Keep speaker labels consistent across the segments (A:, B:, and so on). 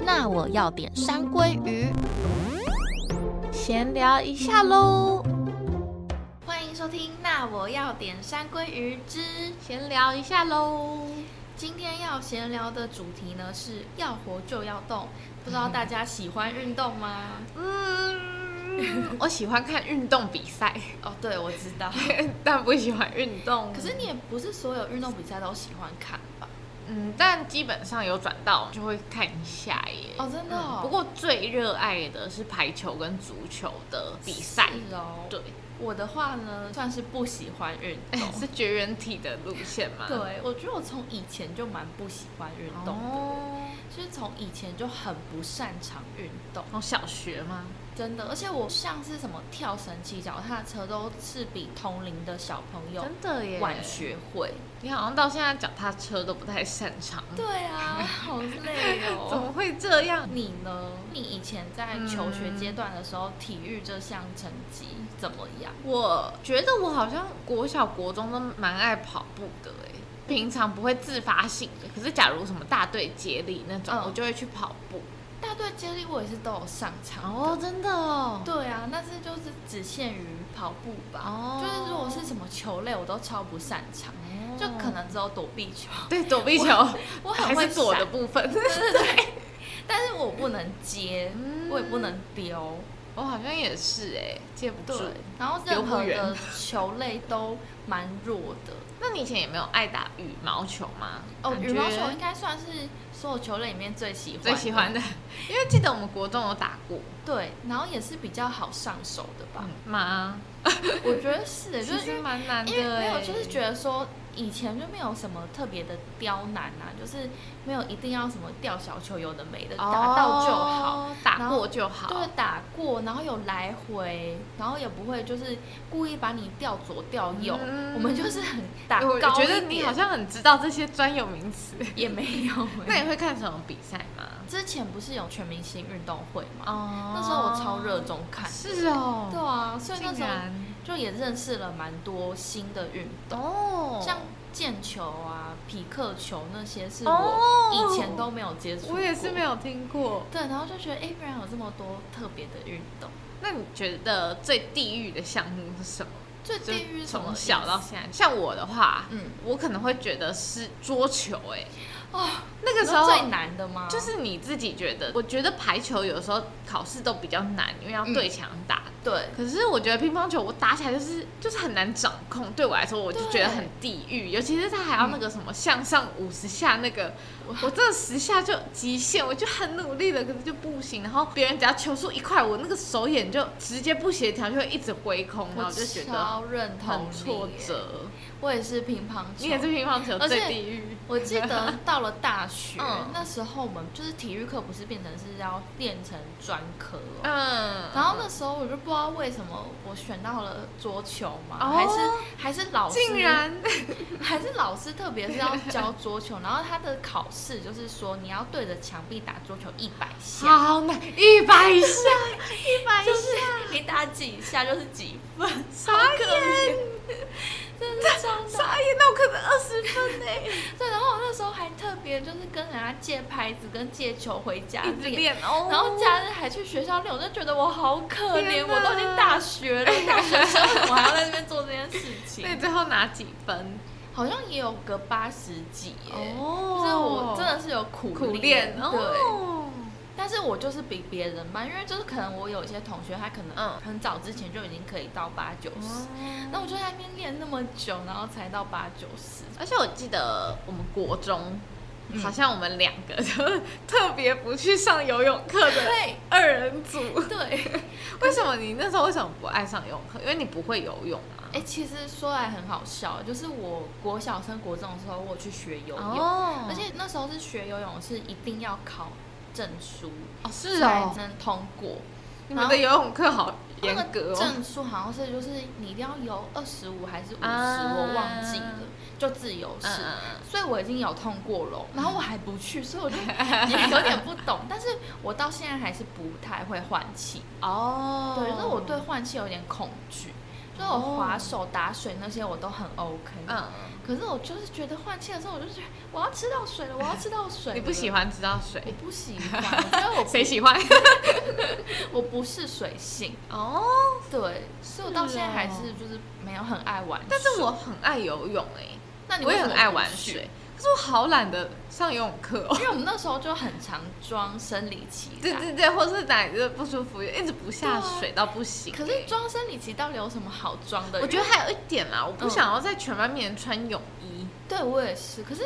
A: 那我要点山鲑鱼。
B: 闲聊一下喽，
A: 欢迎收听《那我要点山鲑鱼之
B: 闲聊一下喽。
A: 今天要闲聊的主题呢是要活就要动，不知道大家喜欢运动吗？
B: 嗯，我喜欢看运动比赛，
A: 哦，对，我知道。
B: 但不喜欢运动。
A: 可是你也不是所有运动比赛都喜欢看吧？
B: 嗯，但基本上有转到就会看一下耶。嗯
A: 哦，真的哦。
B: 不过最热爱的是排球跟足球的比赛，
A: 是哦。
B: 对，
A: 我的话呢，算是不喜欢运
B: 哎、
A: 动。
B: 是绝缘体的路线吗？
A: 对，我觉得我从以前就蛮不喜欢运动的，
B: 哦，
A: 就是从以前就很不擅长运动，
B: 从哦小学吗？
A: 真的。而且我像是什么跳绳、骑脚踏车，都是比同龄的小朋友
B: 真的耶，
A: 晚学会。
B: 你好像到现在脚踏车都不太擅长，
A: 对 啊，好累
B: 怎么
A: 哦。
B: 会这样？
A: 你呢？你以前在求学阶段的时候，体育这项成绩怎么样？
B: 我觉得我好像国小、国中都蛮爱跑步的哎、平常不会自发性的，可是假如什么大队接力那种，
A: 嗯
B: 我就会去跑步。
A: 大队接力我也是都有上场的。
B: 哦，真的哦，
A: 对啊，但是就是只限于跑步吧。
B: 哦
A: 就是如果是什么球类，我都超不擅长，就可能只有躲避 球，
B: 对躲避球，
A: 我很
B: 还
A: 会
B: 是躲的
A: 闪，
B: 部分。
A: 但是我不能接，
B: 嗯
A: 我也不能丢。
B: 我好像也是哎、
A: 欸
B: 接不
A: 对
B: 住。，
A: 然后
B: 丢
A: 任
B: 不
A: 何
B: 远
A: 的球类都蛮弱的。
B: 那你以前也没有爱打羽毛球吗？
A: 哦，
B: 感觉
A: 羽毛球应该算是所有球类里面最喜欢
B: 最喜欢
A: 的。
B: 的， 因为记得我们国中有打过
A: 对，然后也是比较好上手的吧？
B: 吗？
A: 我觉得是，嗯就
B: 嗯其
A: 是因
B: 实
A: 为
B: 蛮难的
A: 因
B: 欸，
A: 为没有，就是觉得说以前就没有什么特别的刁难啊，就是没有一定要什么吊小球，有的没的，打到就好。
B: 哦，打
A: 然后
B: 过就好。
A: 对，打过，然后有来回，然后也不会就是故意把你吊左吊右，
B: 嗯
A: 我们就是很打高
B: 我
A: 一
B: 觉得你
A: 点
B: 好像很知道这些专有 名词。
A: 也没有、
B: 那你会看什么比赛吗？
A: 之前不是有全明星运动会嘛？
B: 哦
A: 那时候我超热。衷看。
B: 是哦。
A: 对啊，所以那
B: 竟
A: 时候
B: 然
A: 就也认识了蛮多新的运动。
B: 哦，
A: 像毽球啊、匹克球那些是
B: 哦
A: 我以前都没有接触、
B: 我也是没。有听过。
A: 对，然后就觉得，哎、原来有这么多特别的运动。
B: 那你觉得最地狱的项目是什么？
A: 最地狱
B: 就是
A: 什么
B: 从
A: 意思
B: 小到现在，像我的话，
A: 嗯，
B: 我可能会觉得是桌球、哎，
A: 哦，
B: 那
A: 那
B: 个时候
A: 最难的吗？
B: 就是你自己觉得，我觉得排球有时候考试都比较难，因
A: 嗯
B: 为要对墙打。
A: 对，
B: 可是我觉得乒乓球我打起来就是就是很难掌控，对我来说我就觉得很地狱，尤其是他还要那个什么向上五十下那个，我这十下就极限，我就很努力了，可是就不行。然后别人只要球速一快，我那个手眼就直接不协调，就会一直挥空，然后
A: 我
B: 我就觉得
A: 超认同
B: 很
A: 你
B: 挫
A: 耶。
B: 折。
A: 我也是乒乓球，
B: 你也是乒乓球
A: 而且
B: 最地狱，
A: 我记得到了大学、
B: 嗯
A: 那时候，我们就是体育课不是变成是要练成专科哦、
B: 嗯，
A: 然后那时候我就不知道为什么我选到了桌球嘛，
B: 哦
A: 还是还是老师
B: 竟然
A: 还是老师特别是要教桌球，然后他的考试就是说你要对着墙壁打桌球一百下，
B: 好难，一百下，一百
A: 就
B: 下。
A: 是 你打几下就是几分，
B: 傻眼，
A: 真的是这样的。
B: 傻眼，哎那我可能二十 分呢、
A: 对，然后我那时候还特别就是跟人家借拍子跟借球回家
B: 一直。练哦，
A: 然后假日还去学校练，我就觉得我好可怜，
B: 天哪
A: 我都已经大学了，大学生为什么还要在那边做这件事情
B: 那？你最后拿几分？
A: 好像也有个八十几耶，
B: 哦
A: 就是我真的是有苦
B: 苦
A: 练，
B: 练
A: 对。
B: 哦，
A: 但是我就是比别人慢，因为就是可能我有一些同学，他可能
B: 嗯哦
A: 很早之前就已经可以到八九十，那
B: 那
A: 我就在那边练那么久，然后才到八九十。
B: 而且我记得我们国中。
A: 嗯
B: 好像我们两个就是特别不去上游泳课的
A: 对
B: 二人组，
A: 对，哎、
B: 为什么你那时候为什么不爱上游泳课？因为你不会游泳啊嘛。
A: 其实说来很好笑，就是我国小升国中的时候，我有去学游泳，
B: 哦
A: 而且那时候是学游泳是一定要考证书
B: 哦是
A: 才
B: 哦，
A: 能通过，
B: 你们的游泳课好严格
A: 那个
B: 哦。
A: 证书好像是就是你一定要游二十五还是五十、
B: 啊
A: 我忘记了，就自由式。
B: 嗯嗯嗯
A: 所以我已经有通过了，然后我还不去，所以 我就也有点不懂。但是我到现在还是不太会换气，
B: 哦，哦
A: 对，就是我对换气有点恐惧，就是我滑手、打水那些我都很 OK。
B: 嗯，
A: 可是我就是觉得换气的时候，我就觉得我要吃到水了，我要吃到水。
B: 你不喜？欢知道水
A: 我，不喜欢，我觉得我不
B: 谁喜欢？
A: 我不是水性，
B: 哦，
A: 对，所以我到现在还
B: 是
A: 是就是没有很爱玩水。
B: 但是我很爱游泳哎、
A: 那你
B: 我
A: 为
B: 也
A: 什么
B: 很爱
A: 不
B: 玩
A: 去
B: 水，可是我好懒得上游泳课 哦
A: 因。为我们那时候就很常装生理期啊啦。
B: 对对对，或是哪里就是不舒服，一直不下水到不行、
A: 啊可是装生理期到底有什么好装的？
B: 我觉得还有一点啦，我不
A: 嗯
B: 想要在全班面前穿泳衣，
A: 对我也是。可是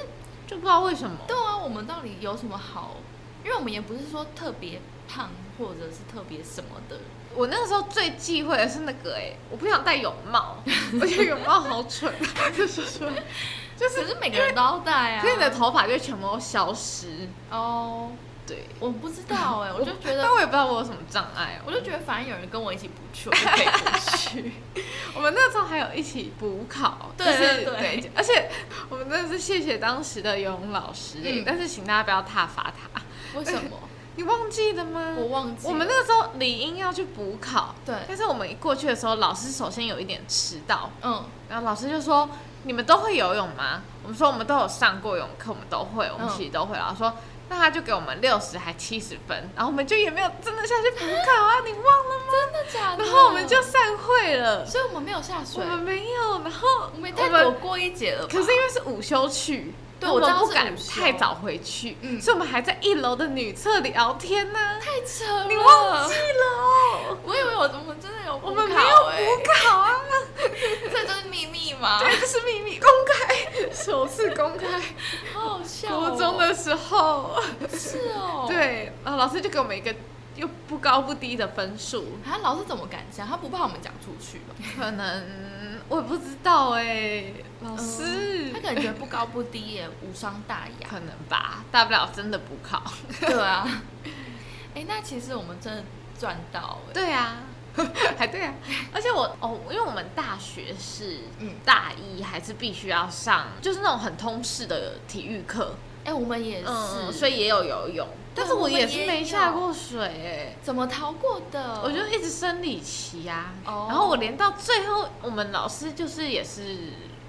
B: 就不知道为什么。
A: 对啊，我们到底有什么好？因为我们也不是说特别胖或者是特别什么的。
B: 我那个时候最忌讳的是那个哎、我不想戴泳 帽，我觉得泳帽好蠢，啊就说出来，就
A: 可
B: 是
A: 是每个人都要戴啊。
B: 所以你的头发就全部都消失。
A: 哦，
B: 对，
A: 我不知道哎、我就觉
B: 但
A: 得，
B: 我也不知道我有什么障碍哦、
A: 我就觉得反正有人跟我一起不去， 我就可以不去。
B: 我们那时候还有一起补考，
A: 对
B: 就是
A: 对对
B: 对，而且我们真的是谢谢当时的游泳老师、欸
A: 嗯
B: 但是请大家不要挞伐他。
A: 为什 么？
B: 你忘记了吗？
A: 我忘记了
B: 我们那个时候理应要去补考，
A: 对
B: 但是我们一过去的时候，老师首先有一点迟到，
A: 嗯，
B: 然后老师就说：“你们都会游泳吗？”我们说：“我们都有上过泳课，我们都会，我们
A: 嗯
B: 其实都会。然后说：“那他就给我们六十还七十分，然后我们就也没有真的下去补考啊，你忘了吗？
A: 真的假的？
B: 然后我们就，散会了，
A: 所以我们没有下水
B: 我，们没有，然后
A: 我们也太
B: 我
A: 躲过一劫了吧。
B: 可是因为是午休去，
A: 对
B: 我
A: 我知
B: 们
A: 道
B: 不
A: 是
B: 敢
A: 午休
B: 太早回去，
A: 嗯
B: 所以我们还在一楼的女厕聊天呢、
A: 太扯了，
B: 你忘记了哦？
A: 我以为我我们真的有补考、欸，啊
B: 我们没有补考啊，
A: 这就是秘密吗？
B: 对，这是秘密公 开，首次公开，
A: 好好笑、哦。
B: 国中的时候，
A: 是哦，。
B: 对，然后老师就给我们一个又不高不低的分数，
A: 他啊老师怎么敢讲？他不怕我们讲出去吧？
B: 可能我也不知道哎、老师
A: 嗯，他可能觉得不高不低也无伤大 雅。
B: 可能吧，大不了真的补考，
A: 对啊，哎、那其实我们真的赚到哎、
B: 对啊， 还对啊，而且我哦，因为我们大学是
A: 嗯
B: 大一还是必须要上，就是那种很通识的体育课，
A: 哎、我们也是，
B: 嗯，所以也有游泳，但是
A: 我
B: 我
A: 们
B: 也是
A: 也
B: 没
A: 有
B: 下过水哎、
A: 怎么逃过的？
B: 我就一直生理期呀、
A: 哦
B: 然后我连到最后，我们老师就是也是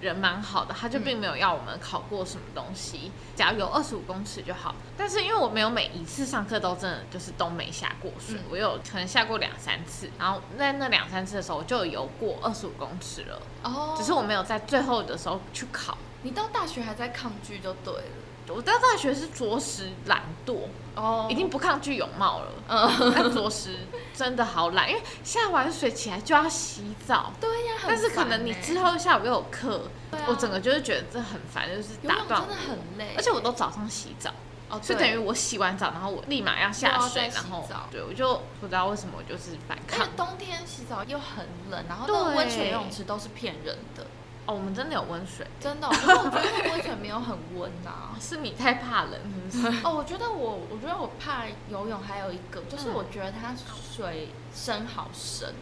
B: 人蛮好的，他就
A: 嗯
B: 并没有要我们考过什么东西，只要有二十五公尺就好。但是因为我没有每一次上课都真的就是都没下过水，
A: 嗯
B: 我有可能下过两三次，然后在那两三次的时候我就有游过二十五公尺了，
A: 哦，
B: 只是我没有在最后的时候去考。
A: 你到大学还在抗拒就对了。
B: 我到大学是着实懒惰，
A: 哦
B: 已经不抗拒泳帽了。
A: 嗯，
B: 但着实真的好懒，因为下完水起来就要洗澡，
A: 对呀、很
B: 但是可
A: 烦
B: 能你
A: 欸
B: 之后下午又有课，
A: 对啊
B: 我整个就是觉得这很烦，就是
A: 游
B: 打
A: 泳
B: 断
A: 真的
B: 我。
A: 很累，
B: 而且我都早上洗澡，
A: 哦，
B: 所以等
A: 对
B: 于我洗完澡，然后我立马要下水，
A: 又要再洗
B: 然后
A: 澡哎
B: 对我就不知道为什么我就是反
A: 而且
B: 抗。
A: 冬天洗澡又很冷，然后
B: 对
A: 那个温泉游泳池都是骗人的，
B: 哦，我们真的有温水，
A: 真的、哦。可是我觉得那个温泉没有很温呐、
B: 哦是你太怕冷，是 不是？
A: 哦，我觉得我，我觉得我怕游泳还有一个，就是
B: 嗯
A: 我觉得它水深好深，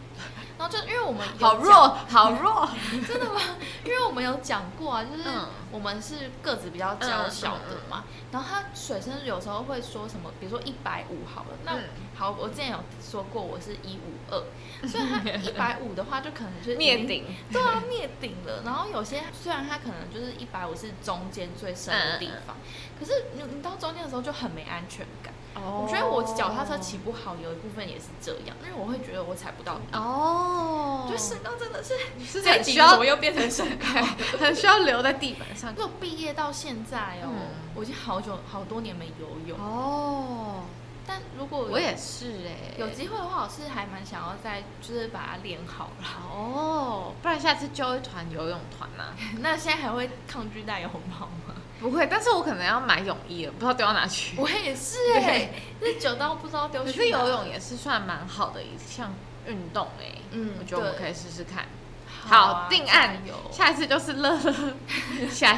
A: 然后就因为我们有
B: 好弱，好弱。
A: 讲，真的吗？因为我们有讲过啊，就是
B: 嗯
A: 我们是个子比较娇小的嘛，然后它水深有时候会说什么，比如说一百五好了，那、
B: 嗯
A: 好，我之前有说过我是一五 二，所以它一百五的话就可能就是已经
B: 灭顶，
A: 对啊，灭顶了。然后有些虽然它可能就是一百五是中间最深的地方，
B: 嗯
A: 可是你你到中间的时候就很没安全感。
B: 我
A: 我觉得我脚踏车骑不好，有一部分也是这样，因为我会觉得我踩不到底。
B: 哦，
A: 就身高真的是，
B: 是
A: 这
B: 很
A: 一集
B: 需要
A: 怎么又变成身高？
B: 很需要留在地板上
A: 如。果毕业到现在哦，
B: 嗯
A: 我已经好久好多年没游泳，
B: 哦，
A: 但如果
B: 我也是哎、
A: 有机会的话，我是还蛮想要再就是把它练好 啦。
B: 哦，不然下次揪一团游泳团啊。
A: 那现在还会抗拒戴泳帽吗？
B: 不会，但是我可能要买泳衣了，不知道丢到哪去。
A: 我也 是
B: 对
A: 哎、这久到不知道丢
B: 欸可
A: 去
B: 是
A: 哪啊
B: 游泳也是算蛮好的一项运动哎、
A: 嗯
B: 我觉得我们
A: 对
B: 可以试试看。
A: 啊
B: 好，定案
A: 加油，
B: 下一次就是乐 乐 夏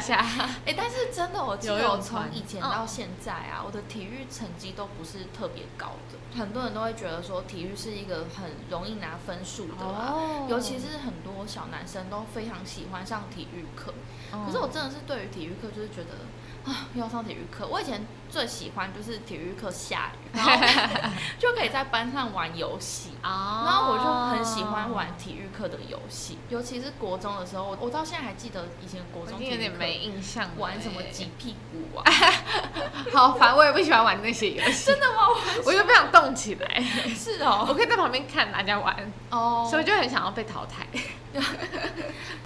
B: 夏。
A: 哎、但是真的，我记得
B: 游泳
A: 我从
B: 团
A: 以前
B: 嗯
A: 到现在啊，我的体育成绩都不是特别高的。很多人都会觉得说，体育是一个很容易拿分数的
B: 哦
A: 啊，尤其是很多小男生都非常喜欢上体育课。
B: 嗯，
A: 可是我真的是对于体育课就是觉得啊，又要上体育课。我以前最喜欢就是体育课下雨，然 后就可以在班上玩游戏。
B: 啊
A: 然后我就很喜欢，
B: 哦
A: 玩体育课的游戏，尤其是国中的时候，我我到现在还记得以前国
B: 我已
A: 中
B: 经
A: 体
B: 有
A: 育
B: 点没
A: 课
B: 印象了
A: 玩什么
B: 欸
A: 挤，屁股 啊，
B: 好烦，我也不喜欢玩那些游 戏，
A: 真的吗？我
B: 我就不想动起来，
A: 是哦，
B: 我可以在旁边看大家玩，
A: 哦
B: 所以我就很想要被淘 汰。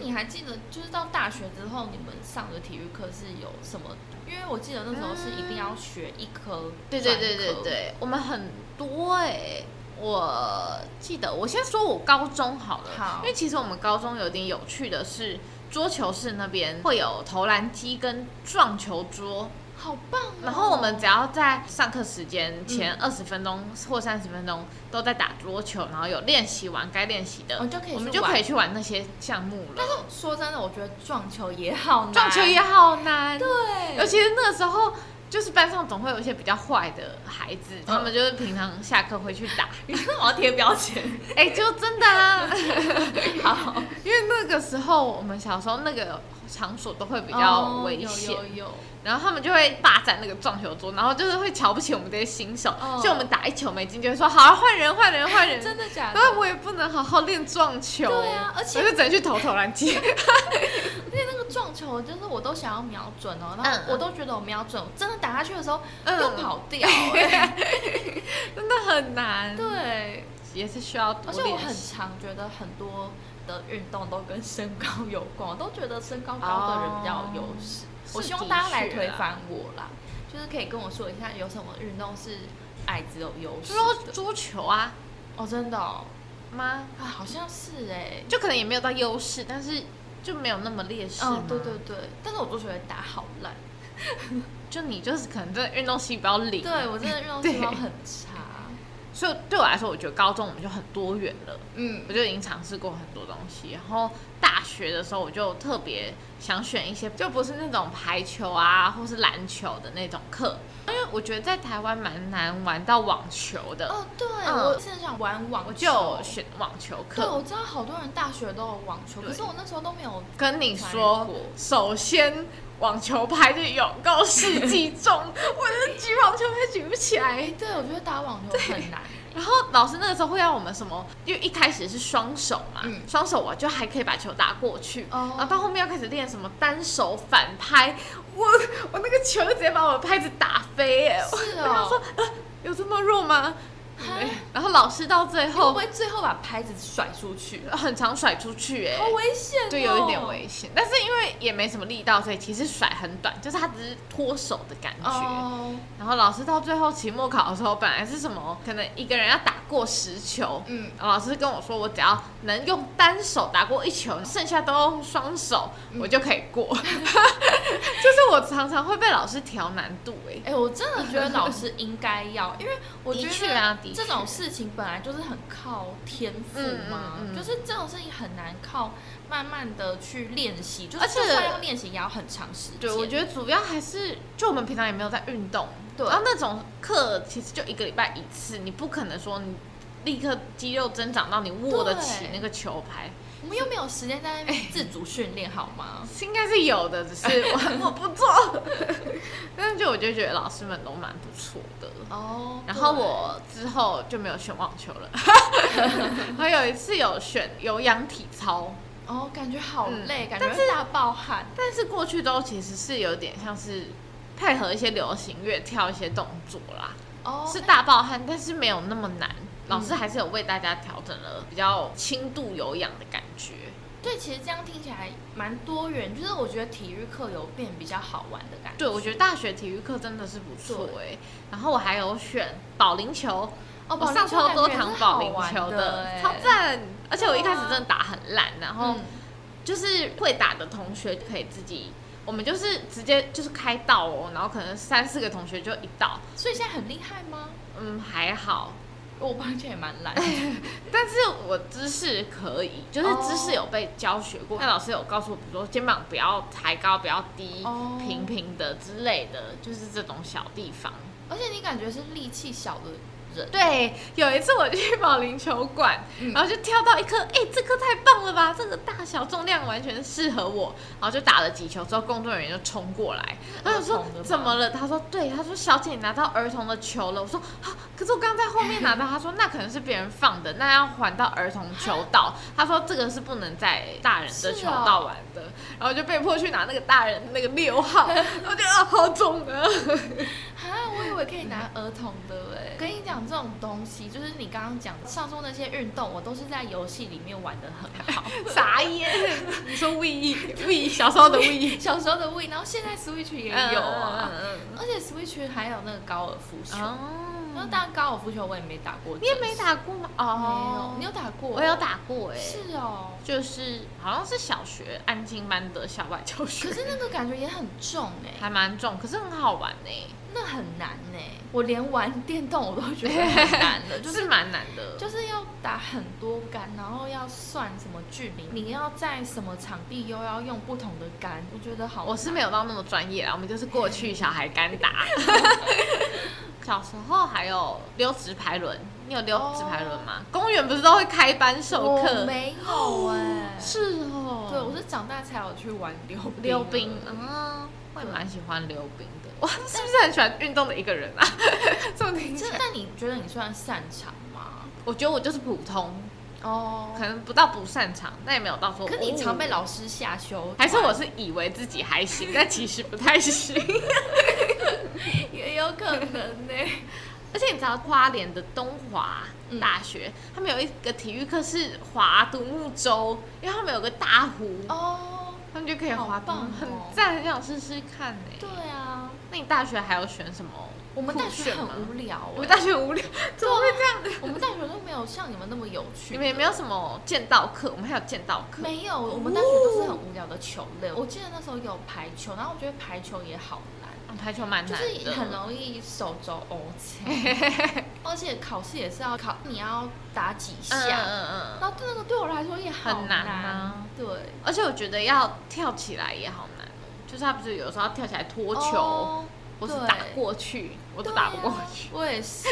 A: 你还记得，就是到大学之后，你们上的体育课是有什么？因为我记得那时候是一定要学一科，
B: 对对对对，对，我们很多哎、我记得我先说我高中好了，
A: 好
B: 因为其实我们高中有点有趣的是，桌球室那边会有投篮机跟撞球桌，
A: 好棒、哦。
B: 然后我们只要在上课时间前二十分钟或三十分钟都在打桌球，然后有练习完该练习的，
A: 哦就可以去
B: 我们就
A: 玩
B: 可以去玩那些项目了。
A: 但是说真的，我觉得撞球也好难，
B: 撞球也好难，
A: 对，
B: 尤其是那时候，就是班上总会有一些比较坏的孩子，他们就是平常下课会去打，
A: 嗯 你为什么要贴标签？
B: 哎、就真的啊，
A: 好，
B: 因为那个时候我们小时候那个场所都会比较危险，
A: 哦有有有
B: 然后他们就会霸占那个撞球桌，然后就是会瞧不起我们这些新手，
A: 嗯
B: 所以我们打一球没进就会说好啊换人换人换 人，
A: 真的假的
B: 然？啊后我也不能好好练撞球，
A: 对啊而且
B: 我就只能去投投篮机，
A: 而且那个撞球，就是我都想要瞄准哦，然
B: 嗯
A: 后我都觉得我瞄准，我真的打下去的时候、
B: 嗯
A: 又跑掉、哎
B: 真的很难，，
A: 对，
B: 也是需要多
A: 而且我
B: 练
A: 很哦
B: 习。
A: 常觉得很多的运动都跟身高有关，我都觉得身高高的人比较有优势。
B: 哦
A: 我
B: 是
A: 希望
B: 的
A: 大家来
B: 确
A: 推
B: 啦
A: 翻我啦，就是可以跟我说一下有什么运动是矮子有优势
B: 就说
A: 的。
B: 桌球啊
A: 哦，真的哦，
B: 吗？
A: 啊，好像是哎、
B: 就可能也没有到优势，但是就没有那么劣势、
A: 嗯，对对，对，但是我都觉得打好烂，
B: 就你就是可能真的运动细胞零。
A: 对我真的运动细胞很差。
B: 所以对我来说，我觉得高中我们就很多元了，
A: 嗯
B: 我就已经尝试过很多东西。然后大学的时候，我就特别想选一些就不是那种排球啊，或是篮球的那种课，因为我觉得在台湾蛮难玩到网球的，
A: 哦，对，
B: 嗯
A: 我是很想玩网球，
B: 我就有选网球
A: 对，
B: 课
A: 我。知道好多人大学都有网球，可
B: 对
A: 是我那时候都没有。
B: 跟你
A: 玩
B: 说
A: 过，
B: 首先网球拍就有够世纪重， 我就是举网球拍举不起来
A: 哎，。对，我觉得打网球很难。
B: 然后老师那个时候会让我们什么，因为一开始是双手嘛，
A: 嗯
B: 双手我就还可以把球打过去，
A: 哦
B: 然后到后面要开始练什么单手反拍，我我那个球就直接把我的拍子打飞耶、
A: 是
B: 我想
A: 哦啊
B: 说、，呃有这么弱吗？
A: 哈
B: 对然后老师到最
A: 会不
B: 后
A: 会最后把拍子甩出去？
B: 很常甩出去、耶。
A: 好危险、哦，
B: 对，有一点危险，但是因为也没什么力道，所以其实甩很短，就是它只是脱手的感觉。
A: 哦，
B: 然后老师到最后期末考的时候，本来是什么，可能一个人要打过十球，
A: 嗯
B: 然后老师跟我说，我只要能用单手打过一球，剩下都用双手，我就可以 过。就是我常常会被老师调难度、欸，
A: 哎、我真的觉得老师应该要，因为我觉
B: 的确啊
A: 得
B: 的
A: 这种
B: 确
A: 事情本来就是很靠天赋嘛，
B: 嗯嗯嗯
A: 就是这种事情很难靠慢慢的去练习，就是
B: 而且
A: 就算要练习也要很长时间。
B: 对，我觉得主要还是就我们平常也没有在运动，
A: 对
B: 然后那种课其实就一个礼拜一次，你不可能说你立刻肌肉增长到你握得起
A: 对
B: 那个球拍，
A: 我们又没有时间在那边自主训练，好吗？
B: 是应该是有的，只是 我我不做。 但是就我就觉得老师们都蛮不错的。
A: 哦，
B: 哎然后我之后就没有选网球 了，我有一次有选有氧体操，
A: 对哦，感觉好
B: 嗯
A: 累，感
B: 但
A: 觉会大爆汗。
B: 但是过去都其实是有点像是配合一些流行乐跳一些动作啦，
A: 哦，嗯
B: 是大爆汗，但是没有那么难。老师还是有为大家调整了比较轻度有氧的感觉。
A: 对，其实这样听起来蛮多元，就是我觉得体育课有变比较好玩的感觉。
B: 对，我觉
A: 得
B: 得大学体育课真的是不错哎、
A: 对
B: 然后我还有选保龄球，
A: 哦，
B: 我
A: 保龄
B: 上
A: 球
B: 超
A: 感
B: 多
A: 觉
B: 堂
A: 是
B: 保
A: 好
B: 龄
A: 玩
B: 球
A: 的，欸
B: 超。赞！而且我一开始
A: 对啊
B: 真的打很烂，然后
A: 嗯，
B: 就是会打的同学可以自己，我们就是直接就是开道哦，然后可能三四个同学就一道，
A: 所以现在很厉害吗？
B: 嗯，还好，
A: 我保龄球也蛮 烂，
B: 但是我姿势可以，就是姿势
A: 哦
B: 有被教学过，那、老师有告诉我，比如说肩膀不要抬高，不要低
A: 哦
B: 平平的之类的，就是这种小地方。
A: 而且你感觉是力气小的人。
B: 对，有一次我去保龄球馆，
A: 嗯
B: 然后就挑到一颗，哎、这颗太棒了吧！这个大小重量完全适合我。然后就打了几球之后，工作人员就冲过来，然后我
A: 儿
B: 说
A: 童的吗
B: 怎么了？他说对，他说小姐你拿到儿童的球了。我说啊，可是我刚在后面拿到。他说那可能是别人放的，那要还到儿童球 道。他说这个是不能在大人的
A: 是
B: 球
A: 哦
B: 道玩的，然后就被迫去拿那个大人那个六 号，我觉得啊好重啊。
A: 啊，我以为可以拿儿童的哎、跟你讲，这种东西就是你刚刚讲上述那些运动，我都是在游戏里面玩的很好。
B: 傻眼！你说 we we 小时候的 we
A: 小时候的 Wii，然后现在 Switch 也有啊，
B: 嗯嗯
A: 而且 Switch 还有那个高尔夫球。然后
B: 哦，
A: 当然高尔夫球我也没打过，
B: 你也没打过吗？哦，
A: 没有，你有打过？
B: 我有，打过哎，
A: 是哦。
B: 就是好像是小学安静班的校外教学，
A: 可是那个感觉也很重哎、
B: 还蛮重，可是很好玩哎，
A: 那很难哎、我连玩电动我都觉得 很难了，就是
B: 是蛮难的，
A: 就是要打很多杆，然后要算什么距离，你要在什么场地又要用不同的杆，我觉得好。
B: 我是没有到那么专业啦，我们就是过去小孩干 打。小时候还有溜直排轮，你有溜直排轮吗公园不是都会开班授
A: 我
B: 课？
A: 没有哎、
B: 是哦，
A: 对，我是长大才有去玩溜冰
B: 溜冰
A: 的嗯
B: 啊，我也
A: 对
B: 蛮喜欢溜冰的。哇，是不是很喜欢运动的一个 人啊？这么听起
A: 这
B: 来，
A: 但你觉得你算擅长吗？
B: 我觉得我就是普通，
A: 哦
B: 可能不到不擅长，但也没有到说。
A: 可你常被
B: 哦
A: 老师下修，
B: 还是我是以为自己还 行，但其实不太行。
A: 也有可能呢、
B: 而且你知道花莲的东华
A: 嗯
B: 大学，他们有一个体育课是划独木舟，因为他们有个大湖，
A: 哦，
B: 他们就可以
A: 好
B: 划独木
A: 棒哦
B: 很赞，很想试试看呢、
A: 对啊，
B: 那你大学还有选什么酷炫吗？
A: 我们大学很无聊
B: 我们
A: 哎、
B: 大学很无聊，怎么会这样？
A: 我们大学都没有像你们那么有趣。
B: 你们也哦没有什么剑道课，我们还有剑道课。
A: 没有，我们大学都是很无聊的球类。我记得那时候有排球，然后我觉得排球也好难，
B: 嗯排球蛮
A: 就
B: 难的，
A: 是很容易手肘凹起而且考试也是要考，你要打几
B: 嗯
A: 下，
B: 嗯嗯嗯。
A: 然后那个对我来说也好
B: 很
A: 难
B: 难吗
A: 对，
B: 而且我觉得要跳起来也好难哦，就是他不是有时候要跳起来拖球，
A: 哦
B: 或是
A: 对
B: 打过去，我都打不过去。
A: 对啊我也是，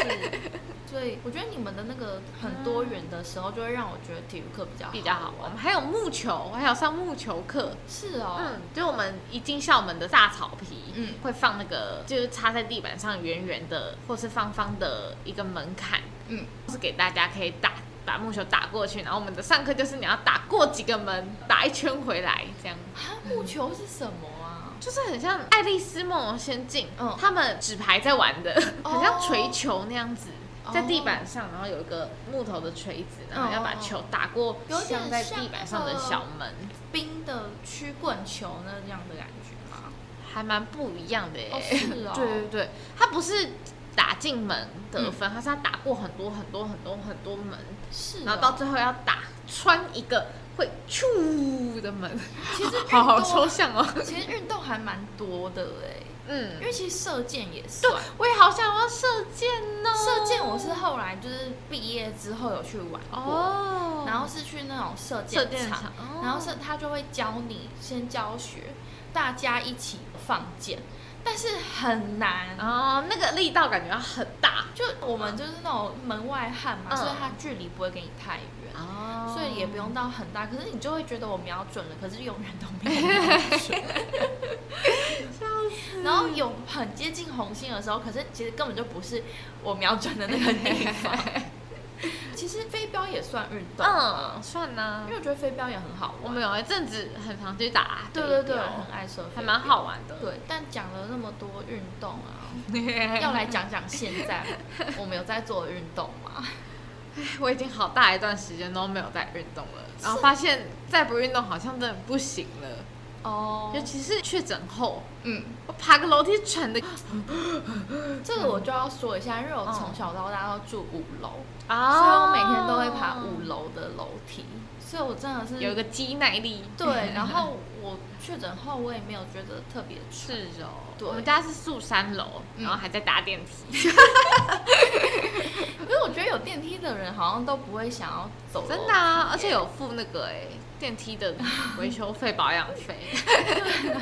A: 所以我觉得你们的那个很多元的时候，就会让我觉得体育课比较
B: 比较好玩。我
A: 玩。
B: 们还有木球，我还有上木球课。
A: 是哦，
B: 嗯，就我们一进校门的大草皮，
A: 嗯
B: 嗯，会放那个就是插在地板上圆圆的或是方方的一个门槛，
A: 嗯
B: 是给大家可以打把木球打过去。然后我们的上课就是你要打过几个门，打一圈回来这样。
A: 啊，木球是什么啊？
B: 就是很像《爱丽丝梦游仙境》，
A: 嗯
B: 他们纸牌在玩的，
A: 哦
B: 很像锤球那样子
A: 哦，
B: 在地板上，然后有一个木头的锤子，然后要把球打过
A: 有点
B: 镶在地板上的小门，
A: 冰的曲棍球那样的感觉吗？
B: 还蛮不一样的耶。
A: 哦，是哦，
B: 对嗯对对，它不是打进门得分，它是要打过很多很多很多很多门，
A: 是哦。
B: 然后到最后要打穿一个会咻的门，
A: 其实
B: 好好
A: 运动
B: 抽象哦。
A: 其实运动还蛮多的哎，
B: 嗯
A: 因，为其实射箭也
B: 对
A: 算。，
B: 我也好想要射箭哦。
A: 射箭我是后来就是毕业之后有去玩过，
B: 哦，
A: 然后是去那种射
B: 射
A: 箭
B: 箭
A: 场，
B: 场，哦
A: 然后是他就会教你先教学，大家一起放箭，但是很难。啊
B: 哦，那个力道感觉要很大
A: 就我们就是那种门外汉嘛，
B: 嗯
A: 所以他距离不会给你太远。
B: 哦
A: 所以也不用到很大，可是你就会觉得我瞄准了，可是永远都没 有瞄准。然后有很接近红心的时候，可是其实根本就不是我瞄准的那个地 方。其实飞镖也算运动吧，
B: 嗯，算呢
A: 因。为我觉得飞镖也很好玩。
B: 我们有一阵子很常去打飞
A: 对对
B: 镖，
A: 对，很爱射飞镖，
B: 还蛮好玩的。
A: 对，但讲了那么多运动 啊，
B: 对
A: 要来讲讲现在我们有在做的运动吗？
B: 我已经好大一段时间都没有在运动了，然后发现再不运动好像真的不行了，
A: 哦
B: 尤其是确诊后，
A: 嗯，
B: 我爬个楼梯喘的
A: 这个我就要说一下，因为我
B: 哦
A: 从小到大都住五楼，所以我
B: 啊
A: 每天都会爬五，楼的楼梯，所以我真的是
B: 有一个肌耐力。
A: 对，然后我确诊后我也没有觉得特别 喘，
B: 是哦，
A: 对
B: 我们家是住三楼，
A: 嗯
B: 然后还在搭电梯，
A: 因为我觉得有电梯的人好像都不会想要走楼
B: 真的啊，而且有付那个哎、电梯的维修费、保养费。
A: 梯，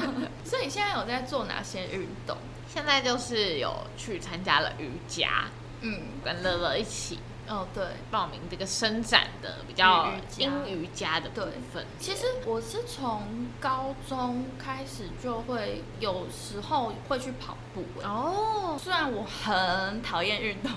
A: 所以你现在有在做哪些运动？
B: 现在就是有去参加了瑜伽，
A: 嗯，
B: 跟乐乐一起
A: 哦对，
B: 报名这个伸展的比较
A: 英语家
B: 英瑜伽的部
A: 对
B: 分。
A: 其实我是从高中开始就会，有时候会去跑步、欸。
B: 哦，
A: 虽然我很讨厌运 动，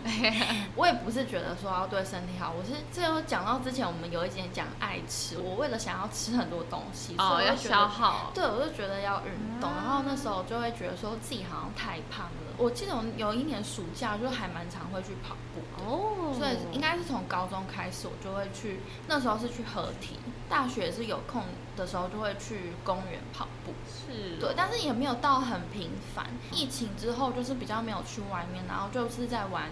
A: 我也不是觉得说要对身体好，我是这有讲到之前我们有一节讲爱吃，我为了想要吃很多东西，
B: 哦，
A: 所以我
B: 要
A: 就觉
B: 消
A: 得
B: 耗，
A: 对，我就觉得要运动，
B: 啊
A: 然后那时候就会觉得说自己好像太胖了。我记得我有一年暑假就还蛮常会去跑步的，
B: 哦
A: 所以应该是从高中开始，我就会去，那时候是去合体，大学是有空的时候就会去公园跑步，
B: 是哦
A: 对，但是也没有到很频繁。疫情之后就是比较没有去外面，然后就是在玩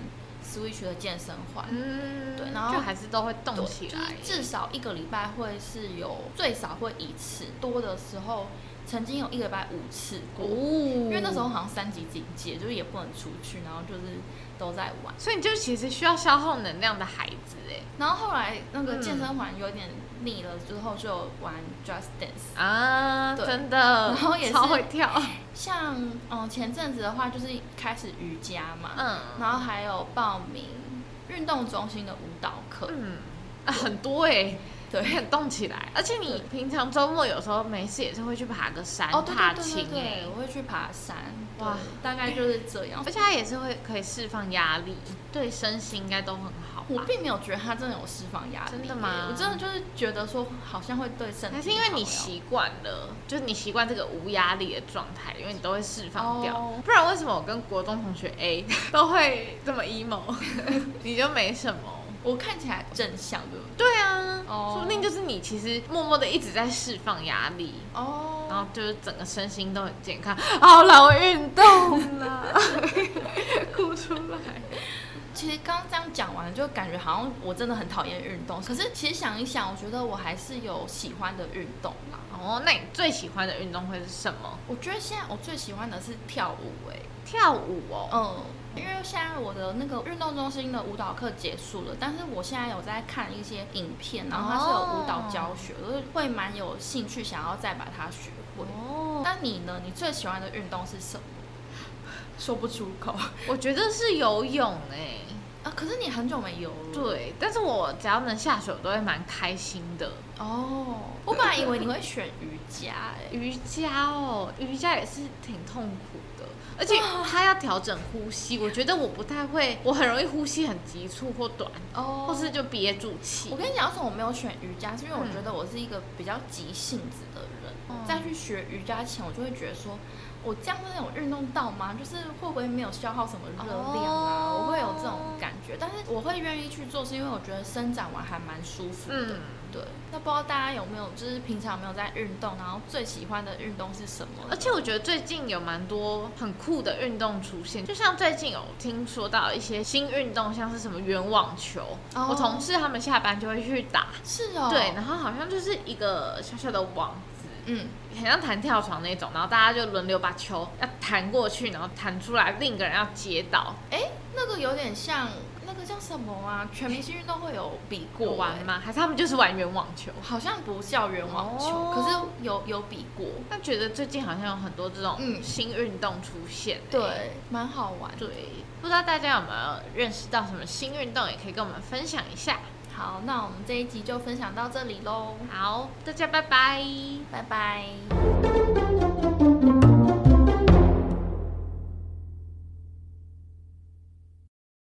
A: Switch 的健身环。
B: 嗯，
A: 对然后
B: 就还是都会
A: 对
B: 动起来，
A: 就是至少一个礼拜会是有最少会一次，多的时候曾经有一个礼拜五次过。
B: 哦，
A: 因
B: 因
A: 为那时候好像三级警戒，就是也不能出去，然后就是都在玩。
B: 所以你就其实需要消耗能量的孩子哎
A: 然后后来那个
B: 嗯
A: 健身环有点腻了之后，就有玩 Just Dance。
B: 啊，
A: 对
B: 真的，
A: 然后也是
B: 超会跳，
A: 像嗯前阵子的话，就是开始瑜伽嘛，
B: 嗯
A: 然后还有报名运动中心的舞蹈课。
B: 嗯，啊很多哎，你
A: 对，
B: 很动起来，而且你平常周末有时候没事也是会去爬个山、
A: 哦对
B: 踏
A: 对对对
B: 青哎
A: 对，，我会去爬山。哇
B: 哇，
A: 大概就是这样
B: 而。且它也是会可以释放压力，对身心应该都很好
A: 我
B: 吧？
A: 并没有觉得它真的有释放压力，欸
B: 真的吗
A: 我真的就是觉得说好像会对身体好呀，
B: 还是因为你习惯了，就是你习惯这个无压力的状态，因为你都会释放掉。
A: 哦
B: 不然为什么我跟国中同学 A 都会这么 emo？你就没什么。
A: 我看起来正向，对不对？
B: 对啊
A: 哦
B: 说不定就是你其实默默的一直在释放压力，
A: 哦
B: 然后就是整个身心都很健康。好了，我运动了， 哭出来。
A: 其实刚刚这样讲完，就感觉好像我真的很讨厌运动。可是其实想一想，我觉得我还是有喜欢的运动啦。
B: 哦，那你最喜欢的运动会是什么？
A: 我觉得现在我最喜欢的是跳舞、欸，
B: 跳舞哦。
A: 嗯，因为现在我的那个运动中心的舞蹈课结束了，但是我现在有在看一些影片，然后它是有舞蹈教学，我就会蛮有兴趣想要再把它学会。
B: 哦，
A: 那你呢？你最喜欢的运动是什么？说不出口
B: 我觉得是游泳哎、
A: 啊！可是你很久没游了。
B: 对，但是我只要能下水，我都会蛮开心的。
A: 哦，我本来以为你会选瑜伽、欸，
B: 瑜伽哦，瑜伽也是挺痛苦的，而且它要调整呼吸。我觉得我不太会，我很容易呼吸很急促或短，
A: 哦
B: 或是就憋住气
A: 我。跟你讲，为什么我没有选瑜伽，是因为我
B: 嗯
A: 觉得我是一个比较急性子的人。
B: 哦
A: 再去学瑜伽前，我就会觉得说，我这样那种运动到吗？就是会不会没有消耗什么热量啊？
B: 哦
A: 我会有这种感觉。但是我会愿意去做，是因为我觉得伸展完还蛮舒服的。
B: 嗯，
A: 对。那不知道大家有没有，就是平常有没有在运动，然后最喜欢的运动是什么呢？
B: 而且我觉得最近有蛮多很酷的运动出现，就像最近有听说到一些新运动，像是什么圆网球，
A: 哦
B: 我同事他们下班就会去打。
A: 是哦，
B: 对，，然后好像就是一个小小的网子，
A: 嗯，
B: 很像弹跳床那种，然后大家就轮流把球要弹过去，然后弹出来，另一个人要接到，
A: 哎，那个有点像那个叫什么啊？全明星运动会有比过
B: 过
A: 欸
B: 玩吗？还是他们就是玩圆网球？
A: 好像不叫圆网球，
B: 哦
A: 可是有有比过，
B: 但觉得最近好像有很多这种
A: 嗯
B: 新运动出现、欸
A: 对，蛮好玩。
B: 对，不知道大家有没有认识到什么新运动，也可以跟我们分享一下。
A: 好，那我们这一集就分享到这里喽，
B: 好，大家拜拜。
A: 拜拜。